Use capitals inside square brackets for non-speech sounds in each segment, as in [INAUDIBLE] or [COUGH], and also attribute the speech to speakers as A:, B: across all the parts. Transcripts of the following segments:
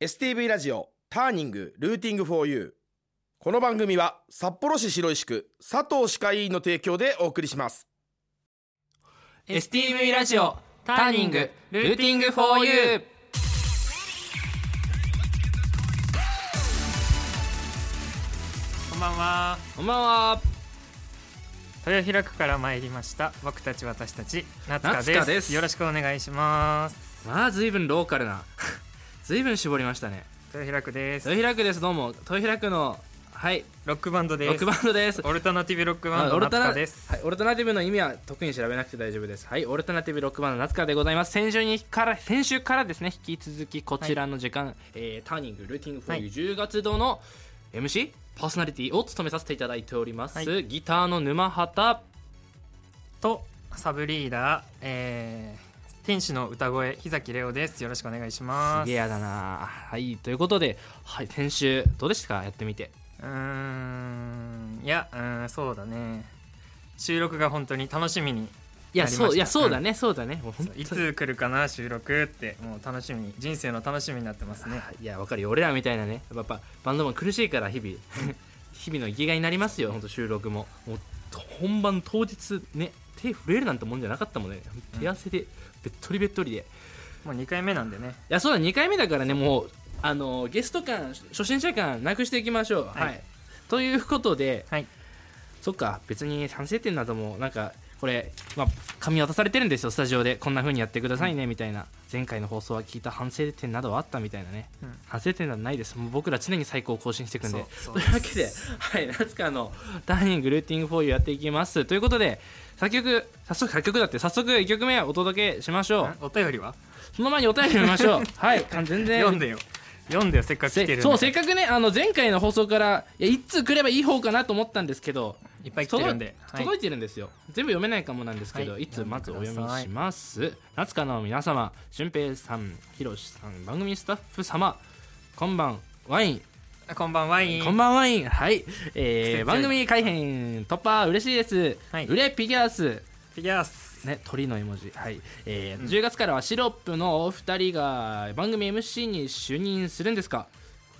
A: STV ラジオターニングルーティングフォーユーこの番組は札幌市白石区佐藤歯科医院の提供でお送りします
B: STV ラジオターニングルーティング 4U
C: こんばんは
B: こんばんは
C: 豊平区から参りました僕たち私たち夏香です
B: 夏香です
C: よろしくお願いします
B: まあ随分ローカルな [LAUGHS] 随分絞りましたね
C: 豊平区です
B: 豊平区ですどうも豊平区のはい
C: ロックバンドで
B: ロ
C: す
B: ックバンドです
C: オルタナティブロックバン
B: あ
C: ド
B: オル
C: 夏
B: タナ
C: 香です
B: はい、オルタナティブの意味は特に調べなくて大丈夫ですはいオルタナティブロックバンド夏川でございます先週にから先週からですね引き続きこちらの時間、えーターニングルーティングフォー
C: は
B: ユ
C: い
B: ー10月度の MC パーソナリティを務めさせていただいております、
C: はい
B: ギターの沼畑
C: とサブリーダー、えー、天使の歌声日崎レオですよろしくお願いします
B: すげえやだなはいということで、はい、先週どうでしたかやってみて
C: うーんいやうーんそうだね収録が本当に楽しみに
B: いや
C: なりました
B: そういやそうだね、そうだねもう本当に
C: いつ来るかな収録ってもう楽しみに人生の楽しみになってますね
B: いやわかるよ俺らみたいなねやっぱバンドマン苦しいから日々 [LAUGHS] 日々の生きがいになりますよ本当収録ももう本番当日ね手震えるなんてもんじゃなかったもんね手汗でべっとりべっとりで、い
C: もう2回目なんでね
B: やそうだ2回目だからねもうあのゲスト感初心者感なくしていきましょうはい、
C: い
B: ということで
C: はい
B: そっか別に賛成点などもなんかこれ、まあ、紙渡されてるんですよスタジオでこんな風にやってくださいねみたいな前回の放送は聞いた反省点などはあったみたいなね、
C: うん
B: 反省点などないですもう僕ら常に最高を更新していくんで
C: そうそう
B: というわけではい夏川の「ダーニングルーティング4」やっていきますということで作曲早速作曲だって早速1曲目をお届けしましょう
C: お便りは
B: その前にお便り見まし
C: [LAUGHS]
B: ょうはい全然
C: 読んでよ読んでよせっかく来てる
B: せ
C: んだ
B: そうせっかくねあの前回の放送からいやいつ来ればいい方かなと思ったんですけど
C: いっぱい来てるんで
B: 届い
C: はい
B: 届いてるんですよ、全部読めないかもなんですけど、
C: はい
B: い、つまずお読
C: 読んでくだ
B: み
C: さい
B: します夏香の皆様俊平さんひろしさん番組スタッフ様こんばんワイン
C: あこんばんは
B: こんばんワインはい、
C: 癖
B: え
C: 強
B: ー、
C: い
B: 番組改編突破嬉しいです、
C: はい
B: 売れピギュアス
C: フィギュアス
B: ね、鳥の絵文字、はいえー10月からはシロップのお二人が番組 MC に就任するんですか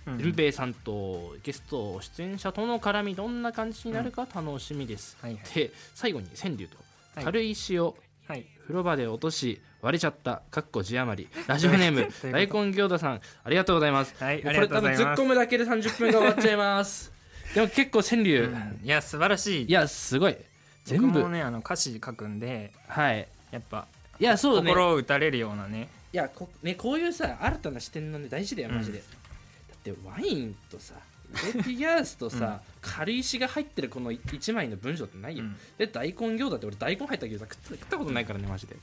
C: うん
B: 源平さんとゲスト出演者との絡みどんな感じになるか楽しみです、
C: はいはい
B: で最後に川柳と
C: はい
B: 軽石を
C: はい
B: 風呂場で落とし割れちゃったかっこ字余りラジオネ
C: [LAUGHS]
B: ーム
C: ういう
B: 大根餃子さんありがとうございます、
C: はい
B: も
C: あ
B: う
C: り
B: こ
C: が
B: れ
C: と
B: 多分突っ
C: うございます
B: 込むだけで30分が終わっちゃいます
C: [LAUGHS]
B: でも結構川柳、
C: うんいや素晴らしい
B: いやすごい全
C: 僕
B: 部、
C: もねあの歌詞書くんで
B: はい
C: やっぱ
B: いやそうね
C: 心を打たれるようなね
B: いやこ,、ね、こういうさ新たな視点なんで大事だよ
C: うん
B: マジで、だってワインとさウレピギャースとさ、軽石が入ってるこの1枚の文章ってないよ、
C: うん
B: で大根餃子って俺大根入った餃子食った食ったことないからねマジで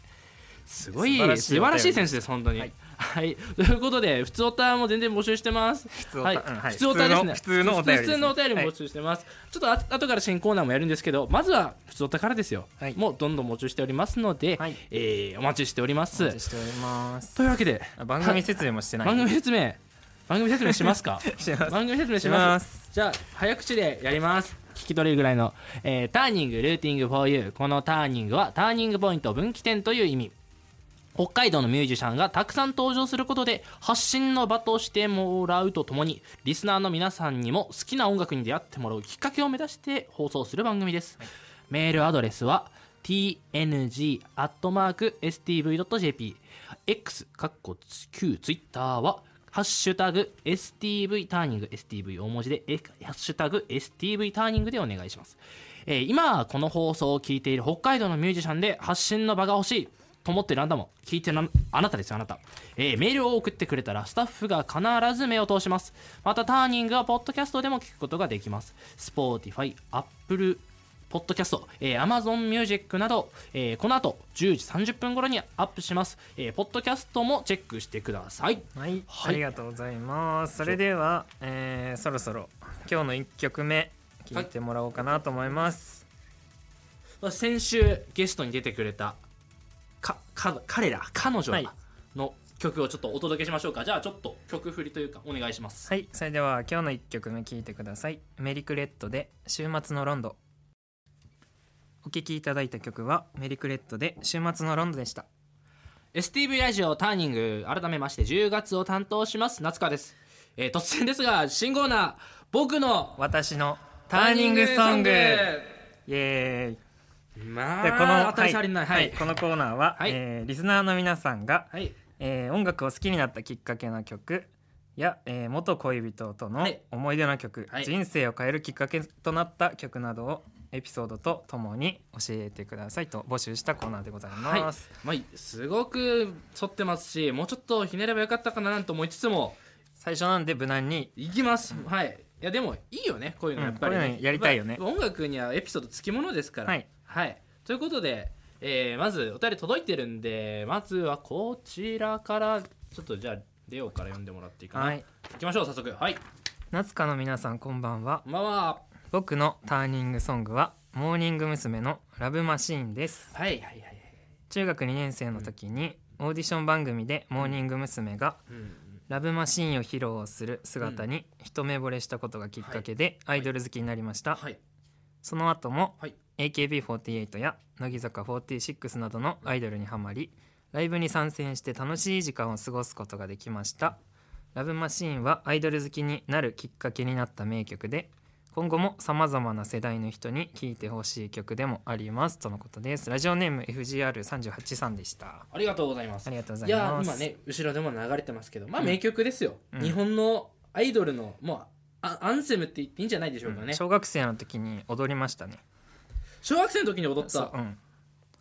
B: すごい素晴
C: 素晴
B: ら
C: ら
B: し
C: し
B: い
C: い
B: 選手です本当には
C: はいい、
B: ということで普通オタも全然募集してます普
C: 通オタ
B: はい
C: うんはい
B: 普通オタですね
C: 普通の普通のお便りです
B: 普通のお便りも募集してます、ちょっとあ後から新コーナーもやるんですけどまずは普通オタからですよ、
C: はい
B: もうどんどん募集しておりますので、
C: はい
B: えーお待ちしておりま
C: お
B: す
C: 待ちしております
B: というわけで
C: あ番組説明もしてない
B: 番組説明番組説明しますか
C: [LAUGHS] します
B: 番組説明しますじゃあ早口でやります聞き取れるぐらいの、えーターニングルーティング 4U このターニングはターニングポイント分岐点という意味北海道のミュージシャンがたくさん登場することで発信の場としてもらうとともにリスナーの皆さんにも好きな音楽に出会ってもらうきっかけを目指して放送する番組です、メールアドレスは tng.stv.jp x かっこ q ツイッターはハッシュタグ STV ターニング STV 大文字でえハッシュタグ STV ターニングでお願いします、えー今この放送を聞いている北海道のミュージシャンで発信の場が欲しいと思ってるあなたも聞いてるああなたですよあなた、えーメールを送ってくれたらスタッフが必ず目を通しますまたターニングはポッドキャストでも聞くことができます Spotify、Apple ポッドキャスト、えー、Amazon Music など、えーこの後10時30分頃にアップします、えーポッドキャストもチェックしてください
C: はい、
B: はい
C: ありがとうございますそれでは、えーそろそろ今日の1曲目聴いてもらおうかなと思います、
B: 先週ゲストに出てくれたかか彼ら彼女ら
C: はい
B: の曲をちょっとお届けしましょうか、じゃあちょっと曲振りというかお願いします
C: はい、それでは今日の一曲目聴いてください。メリクレットで週末のロンド。お聴きいただいた曲はメリクレットで週末のロンドでした。
B: STV ラジオターニング改めまして10月を担当します夏川です、えー突然ですが新コーナー僕の
C: 私のターニングソングイエーイ
B: まあ
C: でこ
B: 当たり障りのない
C: は
B: はいい
C: このコーナーは、
B: はい
C: えーリスナーの皆さんが、
B: はい
C: えー音楽を好きになったきっかけの曲や、えー元恋人との
B: はい
C: 思い出の曲、
B: はい
C: 人生を変えるきっかけとなった曲などをエピソードとともに教えてくださいと募集したコーナーでござい
B: はい
C: ます。
B: まあ、すごく沿ってますしもうちょっとひねればよかったかななんて思いつつも
C: 最初なんで無難に
B: いきますはいいやでもいいよねこういうの
C: うん
B: やっぱり、
C: こういうのやりたいよね
B: っぱ音楽にはエピソードつきものですから
C: はい、
B: ということで、えーまずお便り届いてるんでまずはこちらからちょっとじゃあレオから読んでもらっていいかな、、
C: はいい
B: きましょう早速はい
C: 夏香の皆さんこんばんは
B: こんばんは
C: 僕のターニングソングはモーニング娘。のラブマシーンです
B: はいはいはいはい
C: 中学2年生の時にオーディション番組でモーニング娘。が
B: うんうん
C: ラブマシーンを披露する姿に一目惚れしたことがきっかけでアイドル好きになりました、
B: はい
C: その後も
B: はい
C: AKB48 や乃木坂46などのアイドルにはまりライブに参戦して楽しい時間を過ごすことができましたラブマシーンはアイドル好きになるきっかけになった名曲で今後もさまざまな世代の人に聴いてほしい曲でもありますとのことですラジオネーム FGR38 さんでした
B: ありがとうございます
C: ありがとうござ
B: い
C: いま
B: や
C: す
B: 今ね後ろでも流れてますけどまあ
C: うん
B: 名曲ですよ、
C: うん
B: 日本のアイドルのもうあアンセムって言っていいんじゃないでしょうかね、
C: うん小学生の時に踊りましたね
B: 小学生の時に踊っ
C: そう
B: た、
C: うん、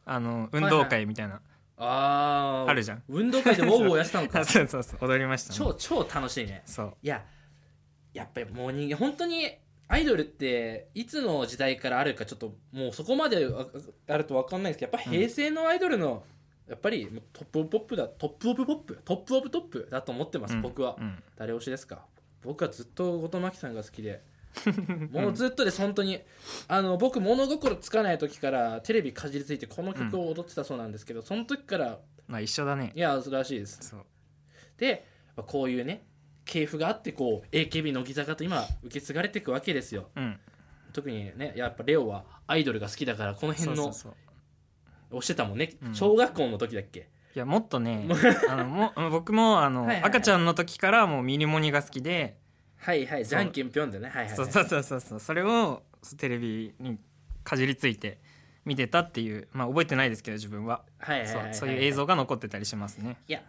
C: あの運動会みたいな、 [LAUGHS]
B: あー
C: あるじゃん
B: 運動会でウォーウォーやってたのか
C: そうそう [LAUGHS] そう踊りましたね
B: 超超楽しいね
C: そう
B: いややっぱりもう人間本当にアイドルっていつの時代からあるかちょっともうそこまでああると分かんないんですけどやっぱ平成のアイドルの、やっぱりトップオブポップだトップオブポップトップオブトップだと思ってます、
C: うん
B: 僕は、
C: うん
B: 誰推しですか僕はずっと後藤真希さんが好き
C: [LAUGHS]
B: でもうずっとです本当にあの僕物心つかない時からテレビかじりついてこの曲を踊ってたそうなんですけど、その時から
C: まあ一緒だね
B: いや素晴らしいです
C: そう
B: でまあこういうね系譜があってこう AKB 乃木坂と今受け継がれていくわけですよ
C: うん
B: 特にねやっぱレオはアイドルが好きだからこの辺
C: そう
B: の
C: そうそう
B: 押してたもんね
C: うん
B: 小学校の時だっけ、
C: いやもっとね
B: [LAUGHS] もう
C: あのもう僕もあの
B: はいはいはい
C: 赤ちゃんの時からもうミニモニが好きで、
B: はいはいじゃんけんぴょんでねはいはい、はい、
C: そうそうそうそうそうそれをテレビにかじりついて見てたっていうまあ覚えてないですけど自分は、
B: はいはいはいはい
C: そうそういう映像が残ってたりしますね
B: いや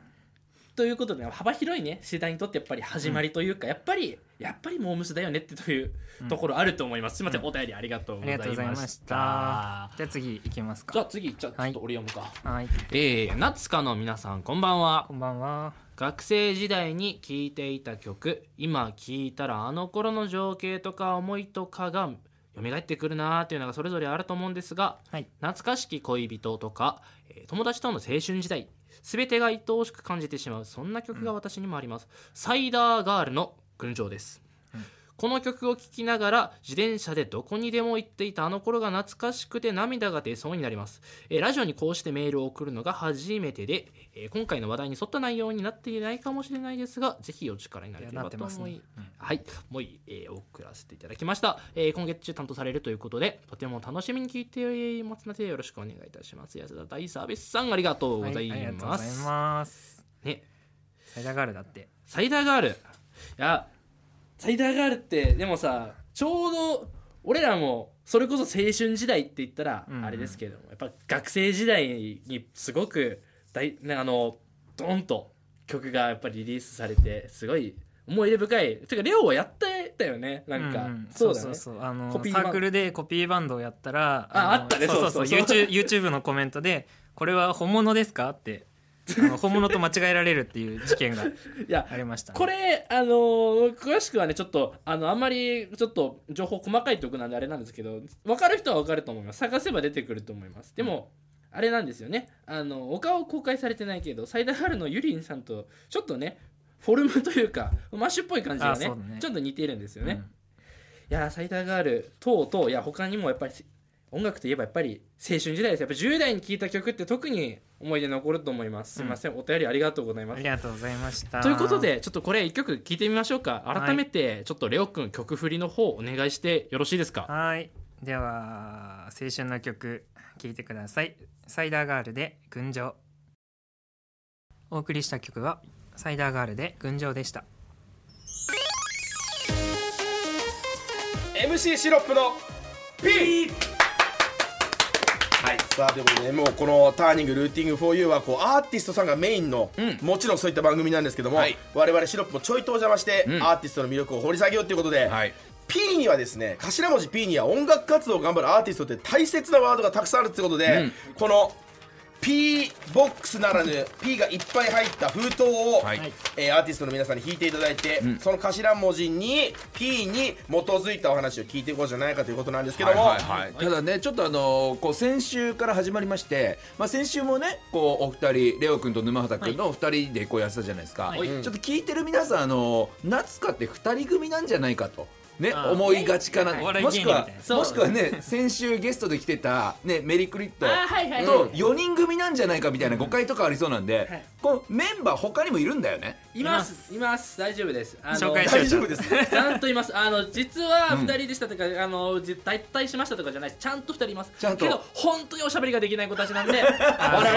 B: ということで幅広いね世代にとってやっぱり始まりというか、やっぱりやっぱりモームスだよねってというところあると思います、すみませんお便りありがとうございま
C: ありがとうございま
B: した
C: したじゃあ次行きます
B: じゃ
C: か
B: あ次じゃあちょっと俺読むか、
C: はい
B: えー、夏香の皆さんこんばんは
C: こんばんは
B: 学生時代に聴いていた曲今聴いたらあの頃の情景とか思いとかが蘇ってくるなーというのがそれぞれあると思うんですが
C: はい
B: 懐かしき恋人とか、えー友達との青春時代全てが愛おしく感じてしまうそんな曲が私にもあります、サイダーガールの群青です、この曲を聴きながら自転車でどこにでも行っていたあの頃が懐かしくて涙が出そうになります、えーラジオにこうしてメールを送るのが初めてで、えー今回の話題に沿った内容になっていないかもしれないですがぜひお力になれ
C: いや
B: れ
C: な
B: ば
C: って
B: と
C: ます
B: 思い、
C: ね、うん
B: はい、もういい、えー送らせていただきました、えー今月中担当されるということで、とても楽しみに聞いていますので、よろしくお願いいたします。安田大サービスさん、ありがとうござい
C: はいありがとうご
B: ま
C: ざい
B: す。
C: ます
B: ね、
C: サイダーガールだって
B: サイダーガール。いや、サイダーガールって、でもさ、ちょうど、俺らも、それこそ青春時代って言ったら
C: う、ん
B: あれですけれども、やっぱ学生時代にすごく大、ね、あの、ドンと曲がやっぱりリリースされて、すごい思い出深い。てか、レオはやってたよね、なんか。
C: うう
B: そうだ
C: そ
B: ね
C: う。そうあの
B: コ
C: サ
B: ピーバン
C: ークルでコピーバンドをやったら
B: あ
C: の
B: あったね
C: そうそ
B: そうう
C: そ
B: そううそう
C: YouTube, YouTube のコメントで「これは本物ですか?」ってあの本物と間違えられるっていう事件が
B: いや
C: あ、りました、ね、
B: これ、あのー詳しくはね、ちょっと、あの、あんまり、ちょっと、情報細かいとこなんであれなんですけど、分かる人は分かると思います。探せば出てくると思います。でも、あれなんですよね。あの、お顔公開されてないけど、サイダーハルのゆりんさんと、ちょっとね、フォルムというか、マッシュっぽい感じがね
C: あそうだね
B: ちょっと似てるんですよね。
C: うん
B: いやー、サイダーガール、とうとう、いや、他にもやっぱり、音楽といえばやっぱり青春時代です。やっぱ10代に聴いた曲って特に思い出残ると思います。すいません、お便りありがとうございま
C: あ
B: す
C: り。がとうございました
B: ということでちょっとこれ一曲聴いてみましょうか改めてちょっとレオくん曲振りの方お願いしてよろしいですか
C: はいでは青春の曲聴いてください「サイダーガール」で「群青」お送りした曲はサイダーガールで群青でした
A: MC シロップの P! はい、さあということでねもうこの「ターニングルーティング 4U」はこうアーティストさんがメインの、もちろんそういった番組なんですけども、
D: はい
A: 我々シロップもちょいとお邪魔して、アーティストの魅力を掘り下げようということで、
D: はい
A: P にはですね頭文字 P には音楽活動を頑張るアーティストって大切なワードがたくさんあるってことで、この P ボックスならぬ P がいっぱい入った封筒を、
D: はい
A: えーアーティストの皆さんに引いていただいて、その頭文字に P に基づいたお話を聞いていこうじゃないかということなんですけども、
D: はいはいはいただねちょっとあのーこう先週から始まりまして、まあ、先週もねこうお二人レオ君と沼畑君のお二人でこうやってたじゃないですか、
B: はい
D: ちょっと聞いてる皆さんあのー夏香って二人組なんじゃないかと。ね、
C: あー
D: 思いがちかな、
C: はいはい
D: もしく
C: お笑い
D: は
C: 芸人みたいな
B: そう
D: もしくはね先週ゲストで来てた、ね、メリークリット
B: あーはいはい
D: と4人組なんじゃないかみたいな誤解とかありそうなんで、
B: はい
D: こうメンバー他にもいるんだよね
B: いますいます大丈夫ですあの
C: 紹介しよう
A: 大丈夫ですか
B: ちゃんといますあの実は
D: うん
B: 2人でしたとか、あのじ脱退しましたとかじゃないですちゃんと2人います
D: ちゃんと
B: けど本当におしゃべりができない子たちなん [LAUGHS] で我々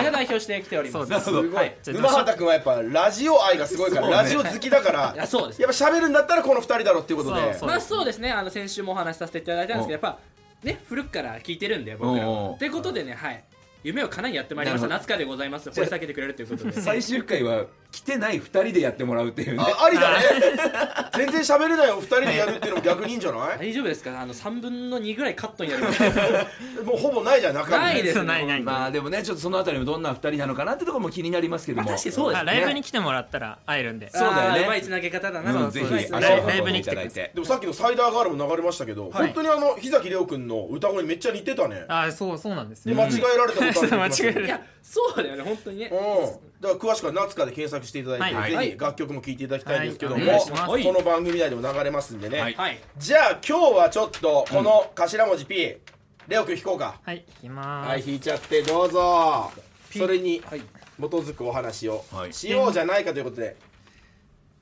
B: が代表してきております
C: そうです
D: なるほど
B: はい
C: じゃあ
A: 沼畑君はやっぱラジオ愛がすごいから、
D: そうね
A: ラジオ好きだから
B: い
A: や
B: や
A: っ
B: そうです
A: ぱ喋るんだったらこの2人だろうっていうことで
C: そう
B: まあそうですねあの先週もお話しさせていただいたんですけどやっぱね古くから聞いてるんで僕ら
D: おうお
B: は
D: う
B: ということでねはい夢を叶えにやってまいりました
D: なる
B: 夏香でございます掘り下げてくれるということで
D: 最終回は来てない2人でやってもらうっていうね
A: あありだね全然喋れないお2人でやるっていうのも逆にいいんじゃない
B: [LAUGHS] 大丈夫ですかあの3分の2ぐらいカットになる
A: もうほぼないじゃん中身
B: ない [LAUGHS] ですね
C: ないない
D: まあでもねちょっとそのあたりもどんな2人なのかなってところも気になりますけども、
B: まあ確かにそうです
C: あライブに来てもらったら会えるんで
D: そうだよね
B: あーうまいつなげ方だな、
D: うん
B: そう
D: ぜ
B: そうで
D: ひ
B: す
D: あ
B: ね
D: の
C: ライブ
D: ライブに
C: に来
D: 来て
C: て
D: い
C: く
D: ただ
C: ださい
D: いて
A: でもさっきのサイダーガールも流れましたけど、
C: はい
A: 本当にあの日崎レオ君の歌声めっちゃ似てたね
C: あそうそうなんです
A: で
C: ね
A: 間違えられたことあるって言ってましたけど
C: 間違え
B: い
C: られ
B: やそうだよね本当にね
A: うん、だから詳しくは夏香で検索していただいて、
C: はい
A: ぜ
D: は
A: ひ楽曲も聴いていただきたいんですけども、
C: はい
B: お願いします
A: はいこの番組内でも流れますんでね、
D: はい
B: はい
A: じゃあ今日はちょっとこの頭文字 P、レオ君弾こうか
C: はい行きま
A: は
C: ー
A: い
C: す
A: 弾いちゃってどうぞ
C: P
A: それに
B: はい
A: 基づくお話を
D: はい
A: しようじゃないかということで、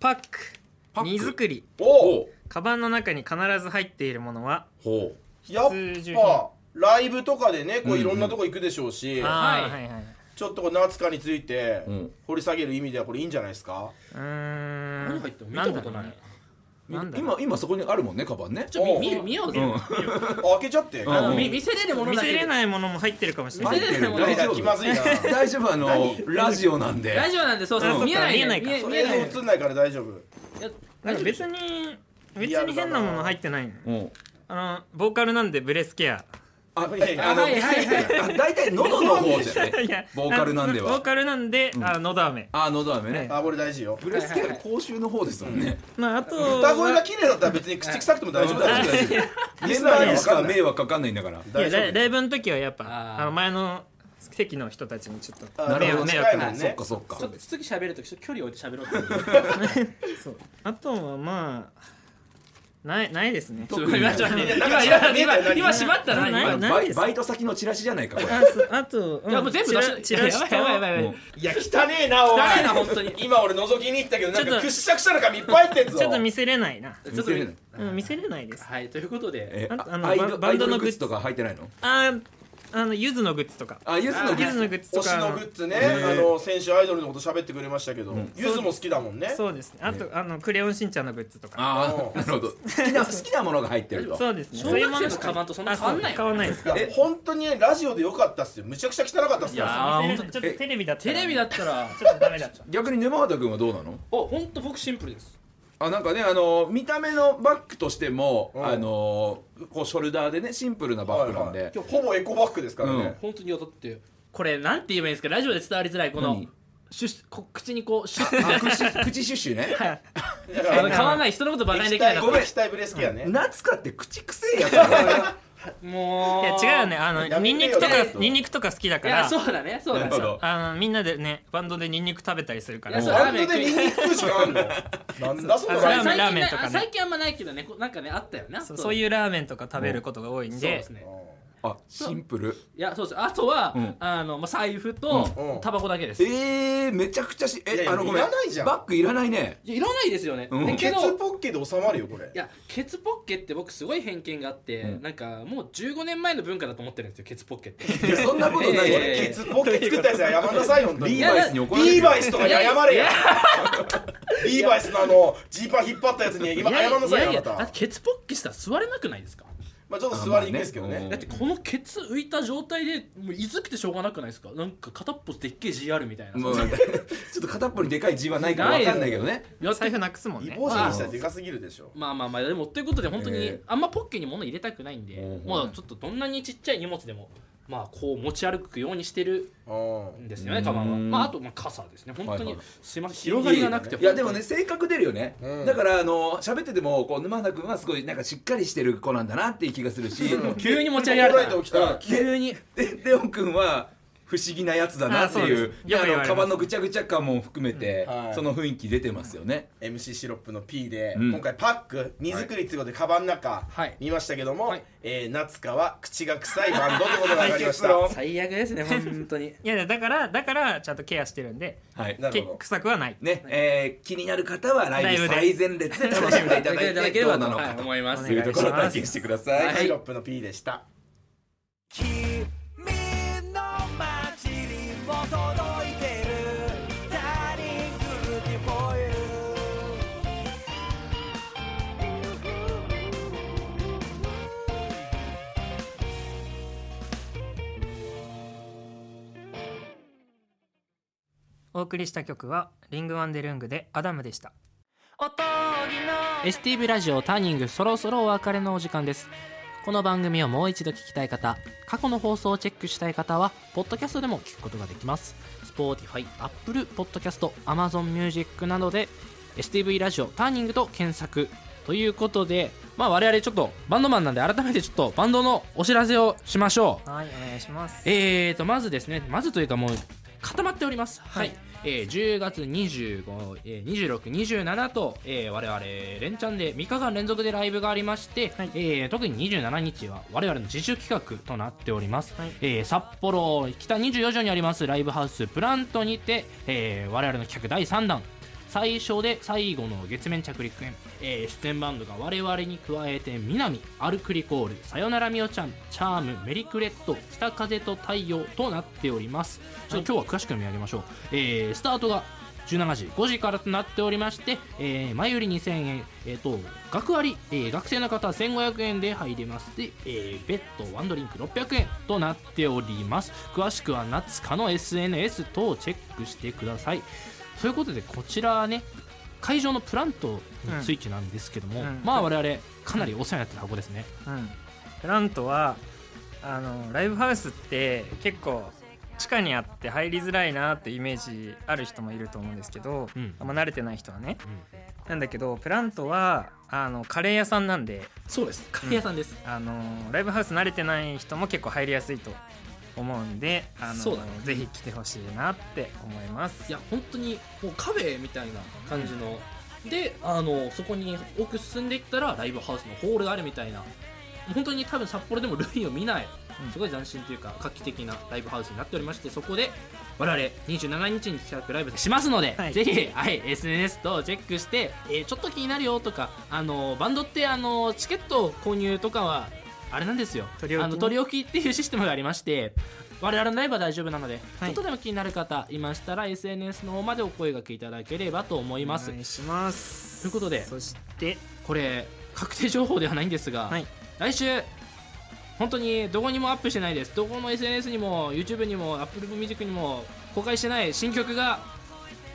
C: パック
D: パック
C: 荷造り
A: おお
C: カバンの中に必ず入っているものは
D: ほ
A: やっ
C: 通常
A: ぱライブとかでねこ
D: うんう
A: うんいろんなとこ行くでしょうし、
C: あー
B: は
C: はいはい
A: ちょっとこう夏香について
D: うん
A: 掘り下げる意味ではこれいいんじゃないです
D: [LAUGHS]
A: か、
C: うーん
B: 何入っても見たことない
C: んだろうね
D: う
C: なんだろう
D: 今今そこにあるもんねカバンね
B: ちょっと
A: おう
B: 見見見ようぜ、
D: うん
A: あ開けちゃって、
D: うん
B: あ
A: あ
B: のみ見せれるもの
C: 見
B: だけ
C: せ
B: で
C: れないものも入ってるかもしれない
B: 見せれないもの
A: いや気まずいな
D: [LAUGHS] 大丈夫あのラジオなんで
B: 大丈夫なんでそうそう、
C: うん
B: 見えない
C: 見えないか
B: 見え
A: そ
B: 見え
A: れ
B: な
A: 映
B: い
A: 像映んないから大丈夫
B: いや
C: な
B: 大
C: ん
B: 丈
C: か
B: 夫
C: 別に別に変なもの入ってないの
D: うん
C: あのボーカルなんでブレスケア
D: あ
A: はい
D: あの
B: はいはいは
D: あ大体喉の方じゃね
C: いや
D: ボーカルなんでは
C: ボーカルなんで、あのど飴
D: あ喉飴ね
C: ね
A: あこれ大事よ
D: ブレスケア口臭の方ですもんね
C: まああとは
A: 歌声が綺麗だったら別に口臭くても大丈夫だ
D: 大
A: よ
D: 丈夫大丈夫
A: リ
D: メ
A: ス
D: ン
A: ナ
D: バ
A: ー
D: ー
A: に
D: に
A: は
D: し
A: 分か
D: か
A: んない
D: 迷惑かかんないんだから
C: いや
A: 大丈夫
C: ライライブの時はやっぱ
B: あー
C: あの前の席の人たちにちょっ
A: あ
C: と
A: なるほど
C: 迷
A: 近い
C: 惑
A: も
C: な
A: ね
C: ん
D: そっかそっか
B: ちょっと次喋るときちょっと距離置いて喋ろうと
C: そうあとはまあないないですね
D: 特
B: 思って
D: に
B: 今
D: あ
B: 今今今今縛ったな
C: ない
B: 今
C: ない
D: バ
C: で
D: イ
C: す
D: バイト先のチラシじゃないかこれ
C: あそうあと、うん
B: いやもう全部
C: チ
B: 出
C: ラ
B: し
C: チラシと
B: やばいやばいやばい
D: もう
A: いや汚ねえなおい
B: 汚ねえな本当に
A: 今俺覗きに行ったけどなん
C: ちょ
A: か
C: っと
A: くっしゃくしゃの髪いっぱい入ってんぞ
C: ちょっと見せれないな、
B: ちょっと
D: 見せれない
C: うん、見せれないです
B: はいということで
D: え
C: ああの
D: アイド
C: ババンドのグ
D: アイドル
C: ッ
D: グッ
C: ズ
D: ズとか入ってないの
C: あーあのゆずのグッズとか
D: あユズのグ
C: ゆ
D: ッ
C: ず
D: ズ
C: のグッズと
A: 推
C: か
A: しのグッズね
D: へえ
A: あの先週アイドルのこと喋ってくれましたけどゆずも好きだもんね
C: そうですねあとあのクレヨンしんちゃんのグッズとか
D: ああなるほど好きな好きなものが入ってると
C: そうですね
B: 小学生のカバンとそんな変わんない
C: あそう変わんないです
A: いや本当にねラジオでよかったっすよむちゃくちゃ汚かったっす
B: い
A: よ
B: やー
C: あー
B: 本
C: ちょっとテレビだった
B: テ
C: ら
B: レビだったら
C: ちょっとダメだった
D: 逆に沼畑君はどうなの
B: お本当僕シンプルです
D: あなんかねあの見た目のバッグとしても、
A: うん
D: あのこうショルダーでねシンプルなバッグなんで、
A: はいはい今日ほぼエコバッグですからね
B: 本当によだってこれなんて言えばいいんですかラジオで伝わりづらいこの
D: 何
B: シュッこ口にこうシュッ
D: あ口口シュッシュね、
A: だか
B: あの
A: ら
B: 買わない人のことバカにで
A: 液
B: きない
A: 体
B: か
A: ご
B: っ
A: めん液体ブレスケアね
D: 夏かって口くせえやつだね
B: たも
C: い
B: い
C: うや違うよねあ
A: やめてよ
C: のニンニクとか
A: ね
C: ニンニクとか好きだ
B: い
C: か
B: や
C: ら
B: そうだねそうだね
D: なるほど
C: あのみんなでねバンドでニンニク食べたりするから
B: いやそう
A: バンドでニンニク食うしかあんのなんだそのラ
C: ラー
A: イ
C: メ
A: ブ
C: ンラーメンとかね
B: 最近あ最近あんまないけどねこなんかねあったよね
C: そうそういうラーメンとか食べることが多いん
B: そうで
C: です
B: ね
A: う
D: ああシンプル
B: いやそうですあとは、
D: うん
B: あのまあ、財布と
A: うん
B: タバコだけです、い
D: えー、めちゃくちゃし
A: いやい
D: え
A: や
D: あのごめん
A: いらないじゃん
D: バッグいらないね
B: やいらないですよね、
D: うん
B: だ
A: ケ
B: け
A: ツ
B: どい
A: ポッケで収まるよこれ
B: やケツポッケって僕すごい偏見があって、
D: うん
B: なんかもう15年前の文化だと思ってるんですよケツポッケって
D: いや [LAUGHS] そんなことないよ
B: えー
A: ケツポッケ作ったやつ謝んなさいよ本当に
D: リーバイスに怒られる
A: リーバイスとかに謝れ
B: い
A: や
B: や
A: リーバイスのあのジーパン引っ張ったやつに今
B: いや
A: 謝んなさいよあない
B: いややだって
A: た
B: ケツポッケしたら座れなくないですか
A: まあちょっと座りにくいですけど
D: あまあ
A: ね
D: ね
B: だってこのケツ浮いた状態でもういずくてしょうがなくないですかなんか片っぽでっけえ GR みたいな、
D: [LAUGHS] もうなんかちょっと片っぽにでかい字はないからわかんないけどね
C: 財布なくすもん
A: 一
C: ね
A: 方者にしたらでかすぎるでしょ
B: まあまあまあでもということで本当
D: え
B: に
D: え
B: あんまポッケに物入れたくないんで、
D: うん
B: まあちょっとどんなにちっちゃい荷物でもまあこう持ち歩くようにしてる
A: うん
B: んですよね
D: うん
B: カバンはまああとまあ傘ですね本当
D: はい
B: に
D: はい
B: すいません広がりがなくて
D: いやでもね性格出るよね、
A: うん
D: だからあの喋っててもこう沼田君はすごいなんかしっかりしてる子なんだなっていう気がするし
A: うん
B: 急に持ち上げられ
A: 怒られて起き
B: た
A: た
B: ら急に
D: でレオ君は不思議なやつだなっていう
C: あそうですよく言われます
D: あのカバンのぐちゃぐちゃ感も含めて、
A: うんはい
D: その雰囲気出てますよね、
A: MC シロップの P で、
D: うん
A: 今回パック荷造りということでカバンの中、
B: はい
A: 見ましたけども、
B: はい
A: えー夏川口が臭いバンドということが分かりました
D: 解決
B: 最悪ですね本当に
C: いやだからだからちゃんとケアしてるんで
D: はい
A: なる
C: け
A: ほど
C: 臭くはない
D: ねえー気になる方はライブ
C: ライ
D: 最前列で楽しんで
C: [LAUGHS]
D: いただいてどうなの
B: は
D: か
B: い
D: と
B: 思います
D: いうところを体験してください。
A: シロップの P でした
E: 君の街にも届いてるダーリングディフォイル
C: お送りした曲はリングワンデルングでアダムでしたおとぎの
B: STV ラジオターニングそろそろお別れのお時間ですこの番組をもう一度聞きたい方過去の放送をチェックしたい方はポッドキャストでも聞くことができます Spotify、Apple、Podcast、Amazon Music などで STV ラジオターニングと検索ということで、まあ、我々ちょっとバンドマンなんで改めてちょっとバンドのお知らせをしましょう
C: はいお願いします
B: えーとまずですねまずというかもう固まっておりますはい、
C: はい
B: えー10月25、えー、2627と、えー、我々連チャンで3日間連続でライブがありまして、
C: はい
B: えー特に27日は我々の自主企画となっております、
C: はい
B: えー札幌北24条にありますライブハウスプラントにて、えー我々の企画第3弾最初で最後の月面着陸編、えー出演バンドが我々に加えて南アルクリコールさよならみおちゃんチャームメリクレット北風と太陽となっておりますちょっと今日は詳しく見上げましょう、えースタートが17時5時からとなっておりまして、えー前売り2000円、えーと学割、えー学生の方は1500円で入れますで、えーベッドワンドリンク600円となっております詳しくは夏かの SNS 等をチェックしてくださいということでこちらね会場のプラントについてなんですけども、
C: うんうん
B: まあ我々かなりお世話になってる箱ですね、
C: うんプラントはあのライブハウスって結構地下にあって入りづらいなってイメージある人もいると思うんですけど、
B: うん
C: あんま慣れてない人はねなんだけどプラントはあのカレー屋さんなんで
B: そうですカレー屋さんです、
C: あのライブハウス慣れてない人も結構入りやすいと思うんであ
B: そ
C: の、
B: うだね
C: ぜひ来てほしいなって思います
B: いや本当にもうカフェみたいな感じの、であのそこに奥進んでいったらライブハウスのホールがあるみたいな本当に多分札幌でも類を見ない
C: うん
B: すごい斬新というか画期的なライブハウスになっておりましてそこで我々27日に企画ライブしますので、
C: はい
B: ぜひ、はい、SNS とチェックして、えーちょっと気になるよとかあのバンドってあのチケット購入とかはあれなんですよ
C: 取り置き
B: あ
C: ね
B: の取り置きっていうシステムがありまして我々のライブは大丈夫なので、
C: は
B: ちょ
C: い
B: っとでも気になる方いましたら SNS の方までお声がけいただければと思います
C: お願いします
B: ということで
C: そして
B: これ確定情報ではないんですが、
C: はい
B: 来週本当にどこにもアップしてないですどこの SNS にも YouTube にも AppleMusic にも公開してない新曲が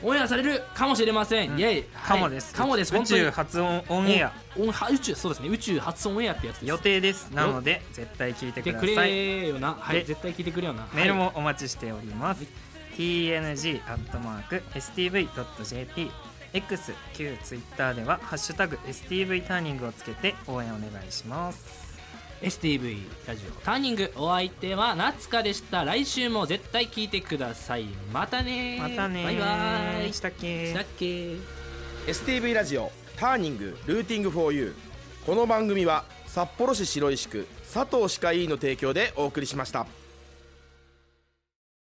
B: オンエアされるかもしれません、
C: うん
B: イエイ
C: カモです、
B: はいカモです
C: 宇
B: 本当に
C: 宙初オンオンエア
B: オンは宇宙そうですね宇宙初オンエアってやつです
C: 予定ですなので絶対聞いて
B: て
C: くだ
B: く
C: さいメ
B: れよなはい
C: で
B: 絶対聞いてくれよな
C: ール
B: はい
C: もお待ちしております、tng.stv.jp X、Q、Twitter では「ハッシュタグ #stv ターニング」をつけて応援お願いします。
B: STV ラジオターニングお相手は夏香でした来週も絶対聞いてくださいまたね
C: またねー
B: バイバーイ
C: したっけ
B: したっけー
A: STV ラジオターニングルーティング 4U この番組は札幌市白石区佐藤歯科医院の提供でお送りしました